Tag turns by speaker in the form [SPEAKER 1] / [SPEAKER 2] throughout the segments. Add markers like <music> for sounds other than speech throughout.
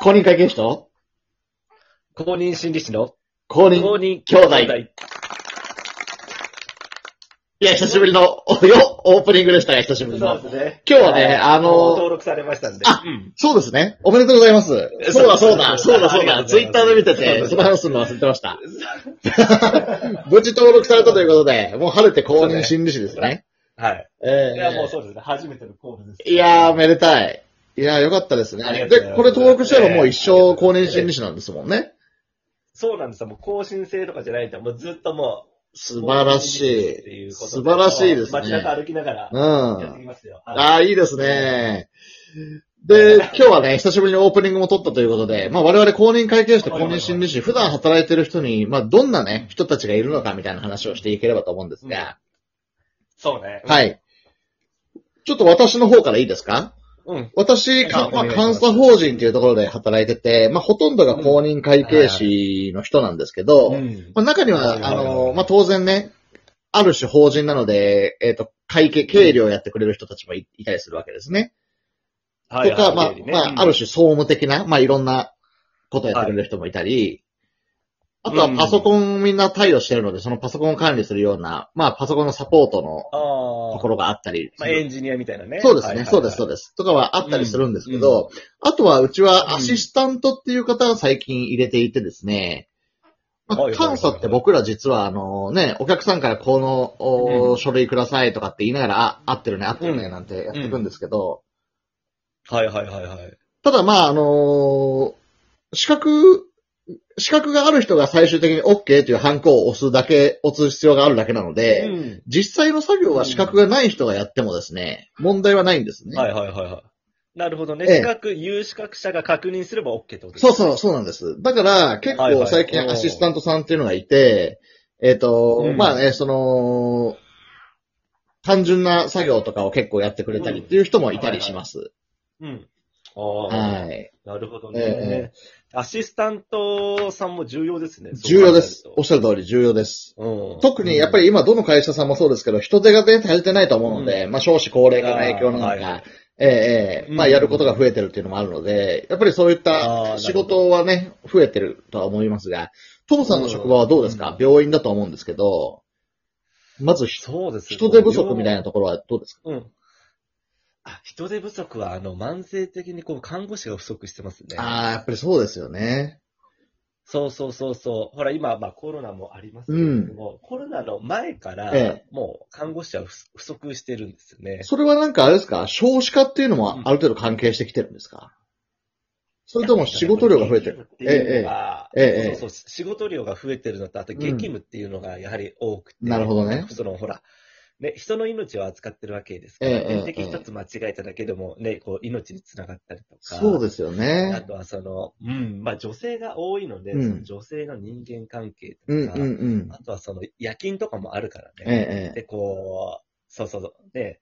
[SPEAKER 1] 公認会計士と
[SPEAKER 2] 公認心理師の
[SPEAKER 1] 公認
[SPEAKER 2] 公認
[SPEAKER 1] 兄弟。いや、久しぶりの、およ、オープニングでしたが、久しぶりの。
[SPEAKER 2] すね。
[SPEAKER 1] 今日はねあのー
[SPEAKER 2] もう登録されましたんで。
[SPEAKER 1] あ
[SPEAKER 2] うん
[SPEAKER 1] そうですね。おめでとうございます。そうだ、そうだ、そうだ、そう
[SPEAKER 2] ありがとうござい
[SPEAKER 1] だ。
[SPEAKER 2] ます
[SPEAKER 1] ツイッターで見てて、その話するの忘れてました。 <laughs> 無事登録されたということで、もう晴れて公認心理師ですね。
[SPEAKER 2] はい。
[SPEAKER 1] え
[SPEAKER 2] い
[SPEAKER 1] え
[SPEAKER 2] や、もうそうですね。初めてのコールです。
[SPEAKER 1] いやー、めでたい。いやー、よかったです
[SPEAKER 2] あり
[SPEAKER 1] ね。
[SPEAKER 2] がとうござい
[SPEAKER 1] で、
[SPEAKER 2] ます
[SPEAKER 1] これ登録したらもう一生公認心理師なんですもんね。
[SPEAKER 2] そうなんですよ。もう更新制とかじゃないんだ。もうずっともう。
[SPEAKER 1] 素晴らし
[SPEAKER 2] 公認心理師って
[SPEAKER 1] い。
[SPEAKER 2] うこと
[SPEAKER 1] 素晴らしいですね。
[SPEAKER 2] 街中歩きながら
[SPEAKER 1] う、
[SPEAKER 2] やって
[SPEAKER 1] ん。
[SPEAKER 2] きますよ。はい
[SPEAKER 1] ああ、いいですね。で、今日はね、久しぶりにオープニングも撮ったということで、まあ我々公認会計士と公認心理師、普段働いてる人に、まあどんなね、人たちがいるのかみたいな話をしていければと思うんですが、
[SPEAKER 2] そうね。。
[SPEAKER 1] はいい。ちょっと私の方からいいですか
[SPEAKER 2] うん。
[SPEAKER 1] 私、か
[SPEAKER 2] はい
[SPEAKER 1] まあ、
[SPEAKER 2] お願いしま
[SPEAKER 1] 監
[SPEAKER 2] す
[SPEAKER 1] 査法人っていうところで働いてて、まあ、ほとんどが公認会計士の人なんですけど、
[SPEAKER 2] うん
[SPEAKER 1] まあ、中に
[SPEAKER 2] はい
[SPEAKER 1] は、
[SPEAKER 2] は
[SPEAKER 1] あ
[SPEAKER 2] いはい
[SPEAKER 1] の、まあ、当然ね、ある種法人なので、えっ、と、会計、経理をやってくれる人たちもいいたりするわけですね。
[SPEAKER 2] はい
[SPEAKER 1] とか、まあ、
[SPEAKER 2] はい
[SPEAKER 1] まあ、ある種総務的な、まあ、いろんなことをやってくれる人もいたり、あと
[SPEAKER 2] う
[SPEAKER 1] は
[SPEAKER 2] ん
[SPEAKER 1] パソコンをみんな対応してるので、そのパソコンを管理するような、まあ、パソコンのサポートの
[SPEAKER 2] あ
[SPEAKER 1] と
[SPEAKER 2] ー
[SPEAKER 1] ころがあったりす
[SPEAKER 2] まあ、
[SPEAKER 1] る
[SPEAKER 2] エンジニアみたいなね。
[SPEAKER 1] そうです
[SPEAKER 2] はいは
[SPEAKER 1] ね、
[SPEAKER 2] いはい
[SPEAKER 1] そうです、そうです。とかはあったりするんですけ
[SPEAKER 2] うんう
[SPEAKER 1] ど、あとはうち
[SPEAKER 2] うん
[SPEAKER 1] はアシスタントっていう方が最近入れていてですね、ま
[SPEAKER 2] は
[SPEAKER 1] あ、
[SPEAKER 2] いはいはいはい
[SPEAKER 1] 監査って僕ら実はあのね、お客さんからこのお
[SPEAKER 2] うん
[SPEAKER 1] 書類くださいとかって言いながら、あ、合ってるね、合ってる
[SPEAKER 2] う
[SPEAKER 1] ね
[SPEAKER 2] ん
[SPEAKER 1] なんてやっていくんですけど、
[SPEAKER 2] はいはいはいはい。
[SPEAKER 1] ただまああのー、資格、資格がある人が最終的に OK というハンコを押すだけ、押す必要があるだけなので、
[SPEAKER 2] うん
[SPEAKER 1] 実際の作業は資格がない人がやってもですね、問題はないんですね。
[SPEAKER 2] はいはいはいはい。なるほどね。
[SPEAKER 1] ええ
[SPEAKER 2] 資格、有資格者が確認すれば OK ってことです
[SPEAKER 1] そう
[SPEAKER 2] う。
[SPEAKER 1] そう、そうなんです。だから、結
[SPEAKER 2] はいは
[SPEAKER 1] 構
[SPEAKER 2] い
[SPEAKER 1] 最近アシスタントさんっていうのがいて、えっ、と、
[SPEAKER 2] うん
[SPEAKER 1] まあね、その、単純な作業とかを結構やってくれたりっていう人もいたりします。
[SPEAKER 2] うん。ああ、
[SPEAKER 1] はい。
[SPEAKER 2] なるほど
[SPEAKER 1] え
[SPEAKER 2] ね、アシスタントさんも重要ですね。
[SPEAKER 1] 重要です
[SPEAKER 2] そ
[SPEAKER 1] お
[SPEAKER 2] う。
[SPEAKER 1] っ
[SPEAKER 2] 考
[SPEAKER 1] しゃる通り重要です。
[SPEAKER 2] えるとうん、
[SPEAKER 1] 特にやっぱり今どの会社さんもそうですけど、人手がね、足りてないと思うので、まあ少子高齢化の影響なの
[SPEAKER 2] あ
[SPEAKER 1] か、
[SPEAKER 2] ーはい
[SPEAKER 1] ええええまあ
[SPEAKER 2] うん
[SPEAKER 1] やることが増えてるっていうのもあるので、やっぱりそういっ
[SPEAKER 2] あーなるほ
[SPEAKER 1] た
[SPEAKER 2] ど
[SPEAKER 1] 仕事はね、増えてるとは思いますが、トムさんの職場はどうですか、
[SPEAKER 2] うん
[SPEAKER 1] 病院だと思うんですけど、まずひ
[SPEAKER 2] そうです
[SPEAKER 1] 人手不足みたい
[SPEAKER 2] な。
[SPEAKER 1] なところはどうですか
[SPEAKER 2] うん。あ、人手不足は、あの、慢性的にこう、看護師が不足してますね。
[SPEAKER 1] ああ、やっぱりそうですよね。
[SPEAKER 2] そうそうそうそう。ほら、今、まあコロナもありますけ
[SPEAKER 1] うん
[SPEAKER 2] れども、コロナの前から、
[SPEAKER 1] え
[SPEAKER 2] もう看護師は不不足してるんですよね。
[SPEAKER 1] それはなんかあれですか少子化っていうのもある程度関係してきてるんですか、それとも仕事量が増えてる
[SPEAKER 2] っていうのが
[SPEAKER 1] ええええええ
[SPEAKER 2] そうそう、仕事量が増えてるのと、あと激務っていうのがやはり多くて。
[SPEAKER 1] なるほどね
[SPEAKER 2] なんかその、ほら、ね、人の命を扱ってるわけですか
[SPEAKER 1] え
[SPEAKER 2] ら、
[SPEAKER 1] えええ
[SPEAKER 2] 点滴一つ間違えただけでも、ね、こう、命につながったりとか。
[SPEAKER 1] そうですよ
[SPEAKER 2] あ
[SPEAKER 1] ね。
[SPEAKER 2] とはその、うん、まあ女性が多いので、
[SPEAKER 1] うん
[SPEAKER 2] その女性の人間関係とか、
[SPEAKER 1] うんうんうん。
[SPEAKER 2] あとはその夜勤とかもあるからね。
[SPEAKER 1] えええ
[SPEAKER 2] で、こう、そうそうそう。で、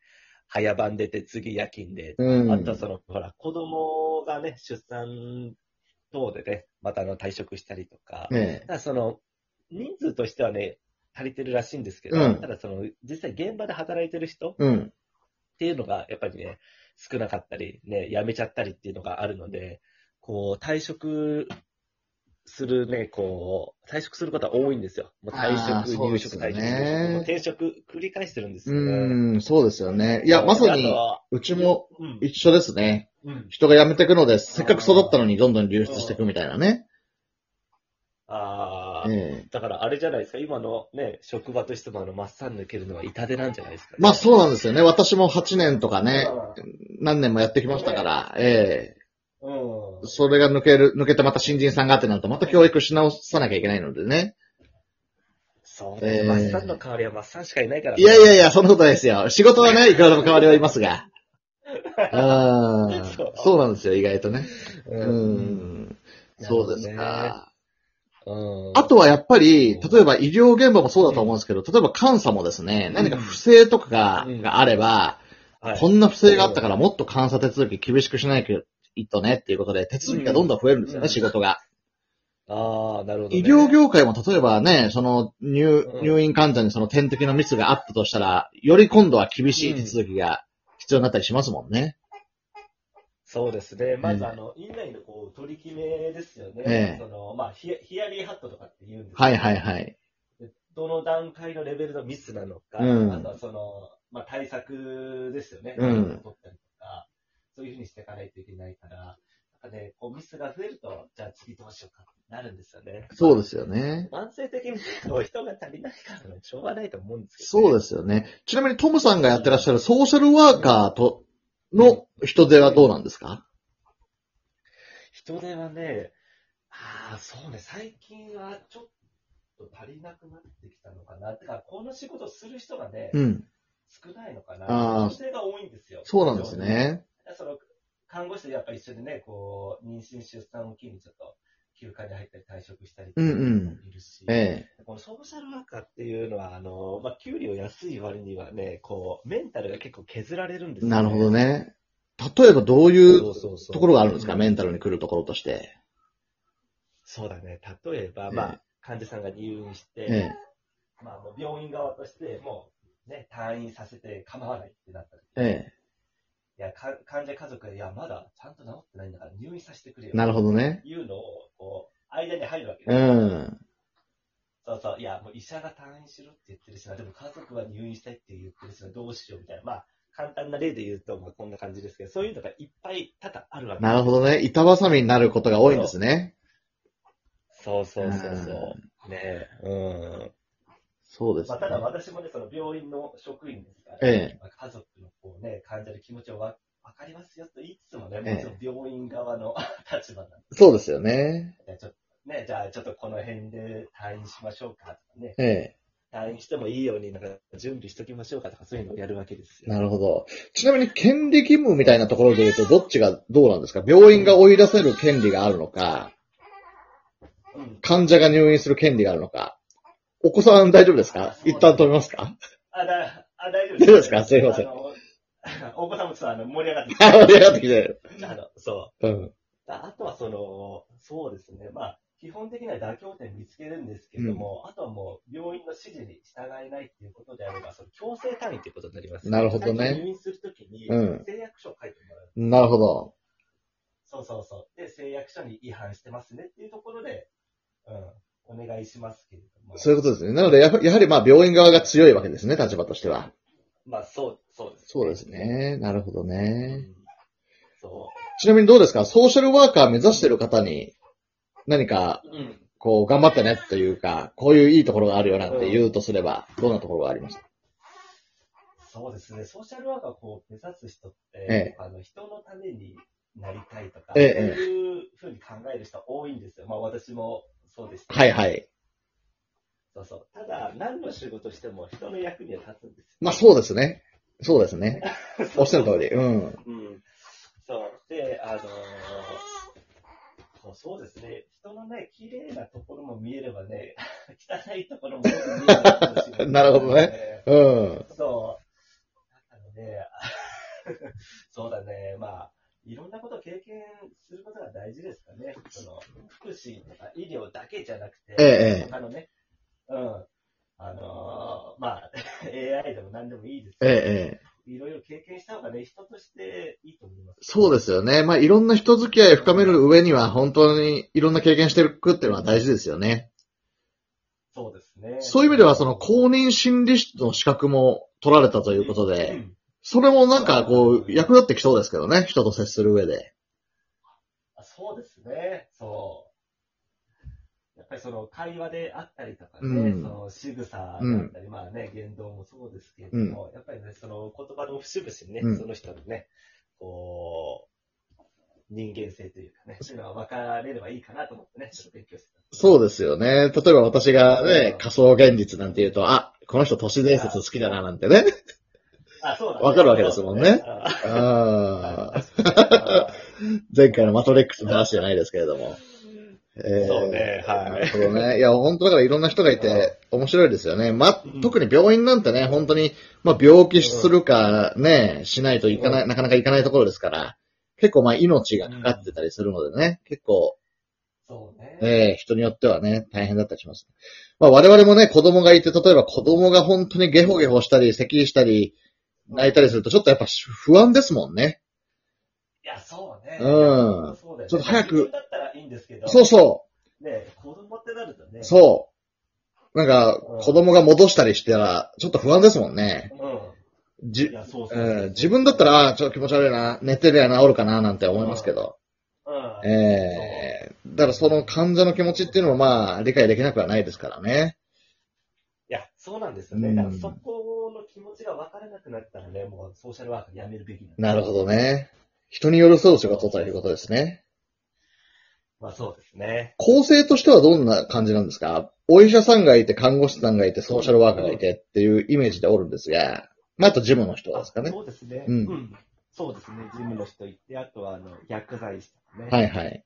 [SPEAKER 2] 早番出て次夜勤で、
[SPEAKER 1] え。う
[SPEAKER 2] あとは
[SPEAKER 1] ん。
[SPEAKER 2] その、ほら、子供がね、出産等でね、またあの退職したりとか、
[SPEAKER 1] ええ
[SPEAKER 2] ただその、人数としてはね、足りてるらしいんですけど、
[SPEAKER 1] うん
[SPEAKER 2] ただその、実際現場で働いてる人っ
[SPEAKER 1] うん。
[SPEAKER 2] ていうのが、やっぱりね、少なかったり、ね、辞めちゃったりっていうのがあるので、こう、退職するね、こう、退職することは多いんですよ。もう退
[SPEAKER 1] あー
[SPEAKER 2] 職、
[SPEAKER 1] そう
[SPEAKER 2] 入
[SPEAKER 1] です
[SPEAKER 2] 職、
[SPEAKER 1] よ
[SPEAKER 2] 退職、
[SPEAKER 1] ね
[SPEAKER 2] 入職もう転職繰り返してるんですよね。
[SPEAKER 1] うん、そうですよね。いや、まさ
[SPEAKER 2] あと
[SPEAKER 1] に、
[SPEAKER 2] は
[SPEAKER 1] うちも
[SPEAKER 2] うん
[SPEAKER 1] 一緒ですね。
[SPEAKER 2] うん
[SPEAKER 1] 人が辞めていくので、せっかく育ったのにどんどん流出していくみたいなね。
[SPEAKER 2] ああ、
[SPEAKER 1] ええ
[SPEAKER 2] だからあれじゃないですか、今のね、職場としてもあの、マッサン抜けるのは痛手なんじゃないですか、
[SPEAKER 1] まあそうなんですよね。私も8年とか
[SPEAKER 2] う
[SPEAKER 1] ね、何年もやってきましたから、え
[SPEAKER 2] ん。うん
[SPEAKER 1] え。それが抜ける、抜けてまた新人さんがってなると、また教育し直さなきゃいけないのでね。
[SPEAKER 2] そうね、
[SPEAKER 1] えー
[SPEAKER 2] マッサンの代わりはマッサンしかいないから、
[SPEAKER 1] いやいやいや、そんなことないですよ。仕事はね、いくらでも変わりはいますが。ああ
[SPEAKER 2] <laughs> そう、
[SPEAKER 1] そうなんですよ、意外とね。
[SPEAKER 2] う。
[SPEAKER 1] うんん。そうですか。
[SPEAKER 2] うん。
[SPEAKER 1] あとはやっぱり、例えば医療現場もそうだと思うんですけど、例えば監査もですね、何か不正とかが,、
[SPEAKER 2] うん
[SPEAKER 1] あれば、
[SPEAKER 2] はい、
[SPEAKER 1] こんな不正があったからもっと監査手続き厳しくしないとねっていうことで、手続きがどんどん増えるんですよね、
[SPEAKER 2] うん
[SPEAKER 1] 仕事が。
[SPEAKER 2] ああ、なるほど、ね。
[SPEAKER 1] 医療業界も例えばね、その入
[SPEAKER 2] うん
[SPEAKER 1] 入院患者にその点滴のミスがあったとしたら、より今度は厳しい手続きが必要になったりしますもんね。
[SPEAKER 2] そうですね。まず、
[SPEAKER 1] うん
[SPEAKER 2] あの、院内のこう、取り決めですよね。
[SPEAKER 1] ええ
[SPEAKER 2] その、まあヒヤ、ヒヤリーハットとかって言うんですけど
[SPEAKER 1] はいはいはい。
[SPEAKER 2] どの段階のレベルのミスなのか、
[SPEAKER 1] うん
[SPEAKER 2] あとはその、まあ、対策ですよね。
[SPEAKER 1] うん
[SPEAKER 2] 取ったりとか、そういうふうにしていかないといけないから、なんかね、こうミスが増えると、じゃあ次どうしようかってなるんですよね。
[SPEAKER 1] そうですよね。
[SPEAKER 2] 慢性的にこう人が足りないからね、しょうがないと思うんですけど、。
[SPEAKER 1] そうですすよね。ちなみにトムさんがやってらっしゃるソーシャルワーカーと、の人手はどうなんですか
[SPEAKER 2] 人手はね、ああ、そうね、最近はちょっと足りなくなってきたのかな。てか、この仕事をする人がね、
[SPEAKER 1] うん。
[SPEAKER 2] 少ないのか
[SPEAKER 1] あ
[SPEAKER 2] な。
[SPEAKER 1] ー
[SPEAKER 2] 女性が多いんですよ。
[SPEAKER 1] そうなんですね。
[SPEAKER 2] その看護師とやっぱり一緒にね、こう、妊娠、出産を機にちょっと休暇に入ったり退職したりっていう人もいるし、
[SPEAKER 1] え
[SPEAKER 2] このソーシャルワーカーっていうのは、あの、まあ、給料安い割にはね、こう、メンタルが結構削られるんで
[SPEAKER 1] え
[SPEAKER 2] すよ、ね。
[SPEAKER 1] なるほどね。例えばどういう
[SPEAKER 2] そうそうそう
[SPEAKER 1] ところがあるんですかメンタルに来るところとして。
[SPEAKER 2] そうだね。例えば、
[SPEAKER 1] ええ
[SPEAKER 2] まあ、患者さんが入院して、
[SPEAKER 1] ええ
[SPEAKER 2] まあ、もう病院側として、もう、ね、退院させて構わないってなった時、
[SPEAKER 1] え
[SPEAKER 2] いや、か患者家族が、いや、まだちゃんと治ってないんだから入院させてくれよ
[SPEAKER 1] え。。なるほどね。
[SPEAKER 2] いうのを、こう、間に入るわけです
[SPEAKER 1] う
[SPEAKER 2] よ
[SPEAKER 1] ん。
[SPEAKER 2] そうそう、いや、もう医者が退院しろって言ってるしな、でも家族は入院したいって言ってるしな、どうしようみたいな、まあ、簡単な例で言うと、まあ、こんな感じですけど、そういうのがいっぱい多々あるわけ
[SPEAKER 1] なるほどね。板挟みになることが多いんですね。
[SPEAKER 2] そうそうそうそう。ねえ、うん。
[SPEAKER 1] そうです
[SPEAKER 2] まあ、
[SPEAKER 1] ね。
[SPEAKER 2] ただ私もね、その病院の職員ですから、
[SPEAKER 1] え
[SPEAKER 2] まあ、家族のこうね、患者の気持ちをわ分かりますよと言いつつもね、
[SPEAKER 1] ええ
[SPEAKER 2] もちろん病院側の立場なん
[SPEAKER 1] そうですよね。
[SPEAKER 2] で、ちょっとね、じゃあちょっとこの辺で退院しましょうかとかね、
[SPEAKER 1] ええ。
[SPEAKER 2] 退院してもいいようになんか準備しときましょうかとか、そういうのをやるわけですよ。
[SPEAKER 1] なるほど。ちなみに権利義務みたいなところで言うと、どっちがどうなんですか病院が追い出せる権利があるのか、
[SPEAKER 2] うん
[SPEAKER 1] 患者が入院する権利があるのか、お子さん大丈夫ですか一旦止めますか <laughs>
[SPEAKER 2] あ、だ、あ、大丈夫
[SPEAKER 1] どうですかすいません
[SPEAKER 2] あの <laughs> 大子さんもちょっとあの、盛り上がってき
[SPEAKER 1] 盛り上がってきてる。
[SPEAKER 2] た。あの、そ
[SPEAKER 1] うん。
[SPEAKER 2] う。ああとはその、そうですね。まあ、基本的には妥協点見つけるんですけども、あとはもう、病院の指示に従えないっていうことであれば、その強制単位ということになります、
[SPEAKER 1] なるほどね
[SPEAKER 2] 最近入院するときに、
[SPEAKER 1] うん
[SPEAKER 2] 誓約書を書いてもらう。
[SPEAKER 1] なるほど。
[SPEAKER 2] そうそうそう。で、誓約書に違反してますねっていうところで、うん、お願いしますけれども。
[SPEAKER 1] そういうことですね。なのでやは、やはりまあ病院側が強いわけですね、立場としては。
[SPEAKER 2] まあ、そう、そうです、
[SPEAKER 1] そうです。ね。なるほど
[SPEAKER 2] う
[SPEAKER 1] ね。
[SPEAKER 2] ん、そ
[SPEAKER 1] ちなみにどうですかソーシャルワーカー目指してる方に、何か、
[SPEAKER 2] う。うん。
[SPEAKER 1] こう、頑張ってねというか、こういういいところがあるよなんて言うとすれば、どんなところがありますか
[SPEAKER 2] そうですね、ソーシャルワーカーをこう目指す人って、
[SPEAKER 1] え
[SPEAKER 2] あの人のためになりたいとか、
[SPEAKER 1] ええ
[SPEAKER 2] そういうふうに考える人多いんですよ。まあ私もそうでした。
[SPEAKER 1] はいはい。
[SPEAKER 2] そうそう。ただ、何の仕事しても人の役には立つんです
[SPEAKER 1] まあそうですね。そうですね。 <laughs>
[SPEAKER 2] よ。
[SPEAKER 1] おっしゃる通り。うん。
[SPEAKER 2] り。うん。そう。で、あのーそうそうですね。人のね、綺麗なところも見えればね、 <laughs> 汚いところもよく見えるかもしれい
[SPEAKER 1] <laughs> なるほどね。うん。
[SPEAKER 2] そう。なので、 <laughs> そうだね。まあ、いろんなことを経験することが大事ですかね。その、福祉とか医療だけじゃなくて、
[SPEAKER 1] ええええ
[SPEAKER 2] 他のね、うん。あのーまあ、AI <laughs> でも何でもいいです
[SPEAKER 1] ええ、
[SPEAKER 2] けど、
[SPEAKER 1] ええ。
[SPEAKER 2] いろいろ経験した方がね、人としていいと思います。
[SPEAKER 1] そうですよね。まあいろんな人付き合いを深める上には、本当にいろんな経験してるくっていうのは大事ですよね。
[SPEAKER 2] そうですね。
[SPEAKER 1] そういう意味では、そ
[SPEAKER 2] <laughs>
[SPEAKER 1] の公認心理師の資格も取られたと
[SPEAKER 2] と
[SPEAKER 1] いうことで、、それもなんかこう、役立ってきそうですけどね。人と接する上で。
[SPEAKER 2] あそうですね、そう。やっぱりその会話であったりとかね、
[SPEAKER 1] うん
[SPEAKER 2] その仕草だったり、まあね、言動もそうですけれども、やっぱりね、その言葉の節々にね、
[SPEAKER 1] うん
[SPEAKER 2] その人のね、こう、人間性というかね、そういうのは分かれればいいかなと思ってね、ちょっと勉強してた。
[SPEAKER 1] そうですよね。例えば私がね、仮想現実なんて言うと、あ、この人都市伝説好きだななんてね。
[SPEAKER 2] あ、そうだ、
[SPEAKER 1] 分かるわけですもんね
[SPEAKER 2] あ
[SPEAKER 1] <laughs> ああ。
[SPEAKER 2] ー
[SPEAKER 1] 前回のマトリックスの話じゃないですけれども。えー
[SPEAKER 2] そうねはい
[SPEAKER 1] なるほどね。いや、本当だからいろんな人がいて面白いですよね。ま
[SPEAKER 2] うん、
[SPEAKER 1] 特に病院なんてね、本当に、まあ、病気するかね、しないといかない、なかなかいかないところですから、結構まあ、命がかかってたりするのでね、結構、
[SPEAKER 2] そ
[SPEAKER 1] <laughs>
[SPEAKER 2] うね。
[SPEAKER 1] えー人によってはね、大変だったりします。まあ、我々もね、子供がいて、例えば子供が本当にゲホゲホしたり、咳したり、泣いたりすると、ちょっとやっぱ不安ですもんね。
[SPEAKER 2] いや、そうね。ね。
[SPEAKER 1] うん
[SPEAKER 2] そうだよね
[SPEAKER 1] ちょっと早く
[SPEAKER 2] 自分だったらいいんですけど。
[SPEAKER 1] そうそ
[SPEAKER 2] ね、子供ってなるとね。
[SPEAKER 1] う。そう。なんか、子供が戻したりしたら、ちょっと不安ですもんね。
[SPEAKER 2] う
[SPEAKER 1] じ
[SPEAKER 2] ん。い、や、そうそうそう
[SPEAKER 1] うん、自分だった、ら、あーちょっと気持ち悪いな、寝てりゃ治るかな、なんて思いますけど。
[SPEAKER 2] うん。
[SPEAKER 1] ええだからその患者の気持ちっていうのもまあ、理解できなくはないですからね。
[SPEAKER 2] いや、そうなんですよ
[SPEAKER 1] う
[SPEAKER 2] ね。
[SPEAKER 1] ん
[SPEAKER 2] だからそこの気持ちが分からなくなったらね、もうソーシャルワークやめるべきんで
[SPEAKER 1] なるほどね。人によるそう仕事ということですね。
[SPEAKER 2] まあそうですね。
[SPEAKER 1] 構成としてはどんな感じなんですかお医者さんがいて、看護師さんがいて、ソーシャルワーカーがいてっていうイメージでおるんですが、まあ、あとジムの人ですかね。
[SPEAKER 2] そうですね。
[SPEAKER 1] うん
[SPEAKER 2] そうですね。ジムの人行って、あとはあの薬剤師とかね。
[SPEAKER 1] はいはい。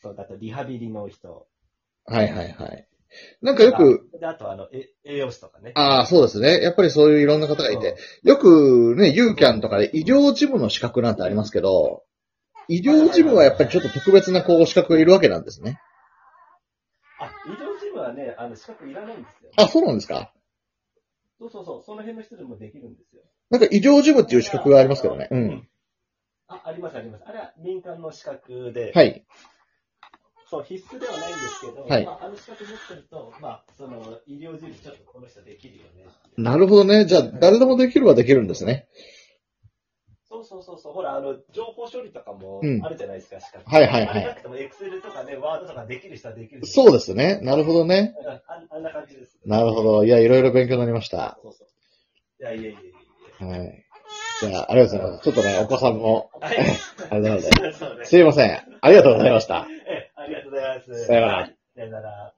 [SPEAKER 2] そう、あとリハビリの人。
[SPEAKER 1] はいはいはい。なんかよく、
[SPEAKER 2] あで、あとはあの、え栄養士とかね。
[SPEAKER 1] ああ、そうですね。やっぱりそういういろんな方がいて、よくね、ユーキャンとかで医療事務の資格なんてありますけど、医療事務はやっぱりちょっと特別なこう資格がいるわけなんですね。
[SPEAKER 2] あ、医療ジムはね、あの、資格いらないんですよ。
[SPEAKER 1] あ、そうなんですか
[SPEAKER 2] そうそうそう、その辺の人でもできるんですよ。
[SPEAKER 1] なんか医療事務っていう資格がありますけどね。うん。
[SPEAKER 2] あ、ありますあります。あれは民間の資格で、
[SPEAKER 1] はい。
[SPEAKER 2] そう、必須ではないんですけど、
[SPEAKER 1] はい
[SPEAKER 2] まあ、あの資格持ってると、まあ、その、医療従事ちょっとこの人できるよね。
[SPEAKER 1] なるほどね。じゃあ、誰でもできるはできるんですね。
[SPEAKER 2] そうそうそうそう、ほら、あの、情報処理とかも
[SPEAKER 1] うん
[SPEAKER 2] あるじゃないですか、資格。
[SPEAKER 1] はいはい
[SPEAKER 2] あれ
[SPEAKER 1] は
[SPEAKER 2] なくても、エクセルとかね、ワードとかできる人はできる
[SPEAKER 1] い。そう
[SPEAKER 2] で
[SPEAKER 1] ですね。なるほどね。
[SPEAKER 2] す。ああんな感じです。
[SPEAKER 1] なるほど。いや、いろいろ勉強になりました。
[SPEAKER 2] そうそう。いやいやいやい
[SPEAKER 1] はい。じゃあ、ありがとうございます。ちょっとね、お子さんも、<laughs>
[SPEAKER 2] や。はい。
[SPEAKER 1] あれなので。
[SPEAKER 2] <laughs> そうね。
[SPEAKER 1] すいません。ありがとうございました。
[SPEAKER 2] ええありがとうございます。
[SPEAKER 1] さようなら
[SPEAKER 2] さよなら。